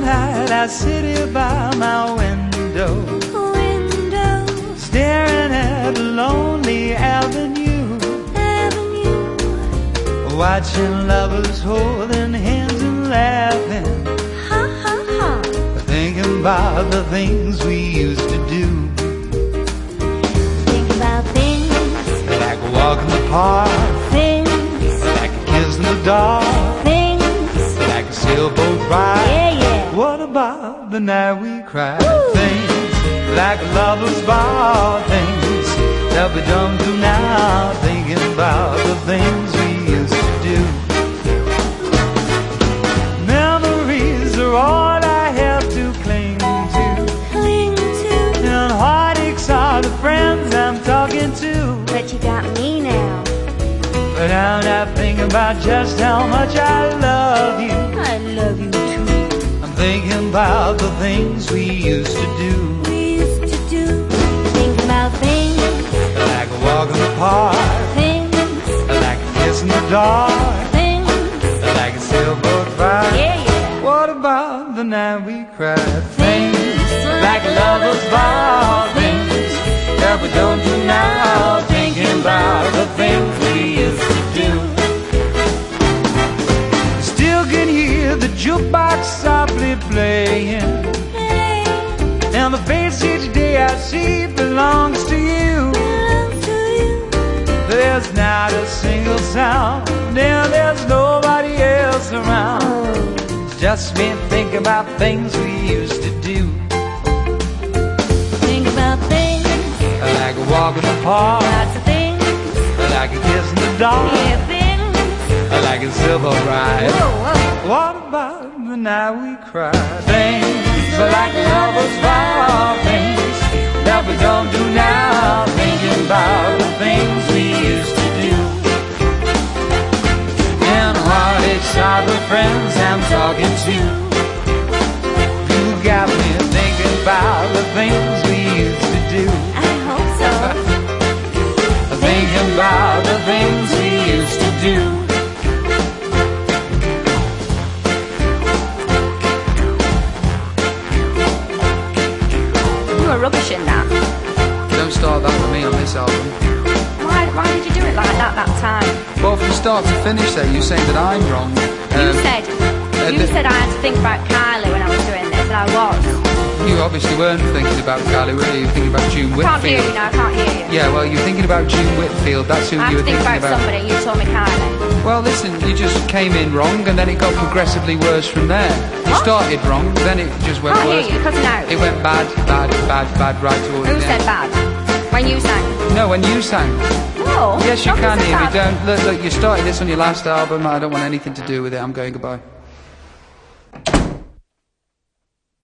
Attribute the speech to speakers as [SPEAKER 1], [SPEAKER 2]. [SPEAKER 1] my city by my window,
[SPEAKER 2] Window
[SPEAKER 1] staring at lonely avenue,
[SPEAKER 2] Avenue.
[SPEAKER 1] watching lovers holding hands and laughing,
[SPEAKER 2] Ha ha ha.
[SPEAKER 1] thinking about the things we used to do,
[SPEAKER 2] Think about things,
[SPEAKER 1] like walking the park,
[SPEAKER 2] things,
[SPEAKER 1] like a kiss in the dark,
[SPEAKER 2] things.
[SPEAKER 1] like a sailboat ride.
[SPEAKER 2] Yeah, yeah.
[SPEAKER 1] What about the night we cried? Things like lovers bar things that we don't do now. Thinking about the things we used to do. Memories are all I have to cling to,
[SPEAKER 2] Cling to.
[SPEAKER 1] and heartaches are the friends I'm talking to.
[SPEAKER 2] But you got me now.
[SPEAKER 1] But now I think about just how much I love you.
[SPEAKER 2] I love you too.
[SPEAKER 1] I'm thinking about the things we used to do.
[SPEAKER 2] We used to do. Think about things,
[SPEAKER 1] Like a walk in the park,
[SPEAKER 2] things,
[SPEAKER 1] like a kiss in the dark,
[SPEAKER 2] things.
[SPEAKER 1] like a sailboat ride.
[SPEAKER 2] Yeah, yeah.
[SPEAKER 1] What about the night we cried? Things like
[SPEAKER 2] like
[SPEAKER 1] lovers vow, things that we don't do now. Thinking about the things we used to do. Still can hear the jukebox softly playing,
[SPEAKER 2] Hey,
[SPEAKER 1] and the face each day I see belongs to you.
[SPEAKER 2] belongs to you.
[SPEAKER 1] There's not a single sound, and there's nobody else around.
[SPEAKER 2] Oh.
[SPEAKER 1] It's just me thinking about things we used to do,
[SPEAKER 2] Think about things,
[SPEAKER 1] like a walk in the park,
[SPEAKER 2] lots of things,
[SPEAKER 1] like a kiss in the dark,
[SPEAKER 2] yeah, things. Oh,
[SPEAKER 1] like a silver ride.
[SPEAKER 2] Whoa, whoa.
[SPEAKER 1] What about the night we cried? Things like lovers vow, things that we don't do now. Thinking about the things we used to do. And heartaches are the friends I'm talking to. You got me thinking about the things we used to do.
[SPEAKER 2] I hope so.
[SPEAKER 1] Thinking about the things we used to do.
[SPEAKER 2] You were rubbish in that.
[SPEAKER 3] Don't start that with me on this album.
[SPEAKER 2] Why, why did you do it like that that time?
[SPEAKER 3] Well, from start to finish, though, you're saying that I'm wrong.
[SPEAKER 2] You
[SPEAKER 3] Um,
[SPEAKER 2] said, you
[SPEAKER 3] the-
[SPEAKER 2] said I had to think about Kylie when I was doing this, and I was.
[SPEAKER 3] you obviously weren't thinking about Carly, were you? You were thinking about June
[SPEAKER 2] Can't hear
[SPEAKER 3] Whitfield.
[SPEAKER 2] you now, I can't hear you.
[SPEAKER 3] Yeah, well, you're thinking about June Whitfield. That's who
[SPEAKER 2] I
[SPEAKER 3] you
[SPEAKER 2] have
[SPEAKER 3] were
[SPEAKER 2] to think
[SPEAKER 3] thinking
[SPEAKER 2] about,
[SPEAKER 3] about.
[SPEAKER 2] somebody, and you told me Kylie.
[SPEAKER 3] Well, listen, you just came in wrong, and then it got progressively worse from there. You
[SPEAKER 2] What?
[SPEAKER 3] started wrong, then it just went
[SPEAKER 2] Can't hear
[SPEAKER 3] worse.
[SPEAKER 2] you, cutting out.
[SPEAKER 3] It went bad, bad, bad, bad, right towards
[SPEAKER 2] Who
[SPEAKER 3] the
[SPEAKER 2] said
[SPEAKER 3] end.
[SPEAKER 2] bad? When you sang?
[SPEAKER 3] No, when you sang.
[SPEAKER 2] No.
[SPEAKER 3] Yes, you
[SPEAKER 2] nothing
[SPEAKER 3] can
[SPEAKER 2] said
[SPEAKER 3] hear me.
[SPEAKER 2] bad.
[SPEAKER 3] Don't look. Look, you started this on your last album. I don't want anything to do with it. I'm going goodbye.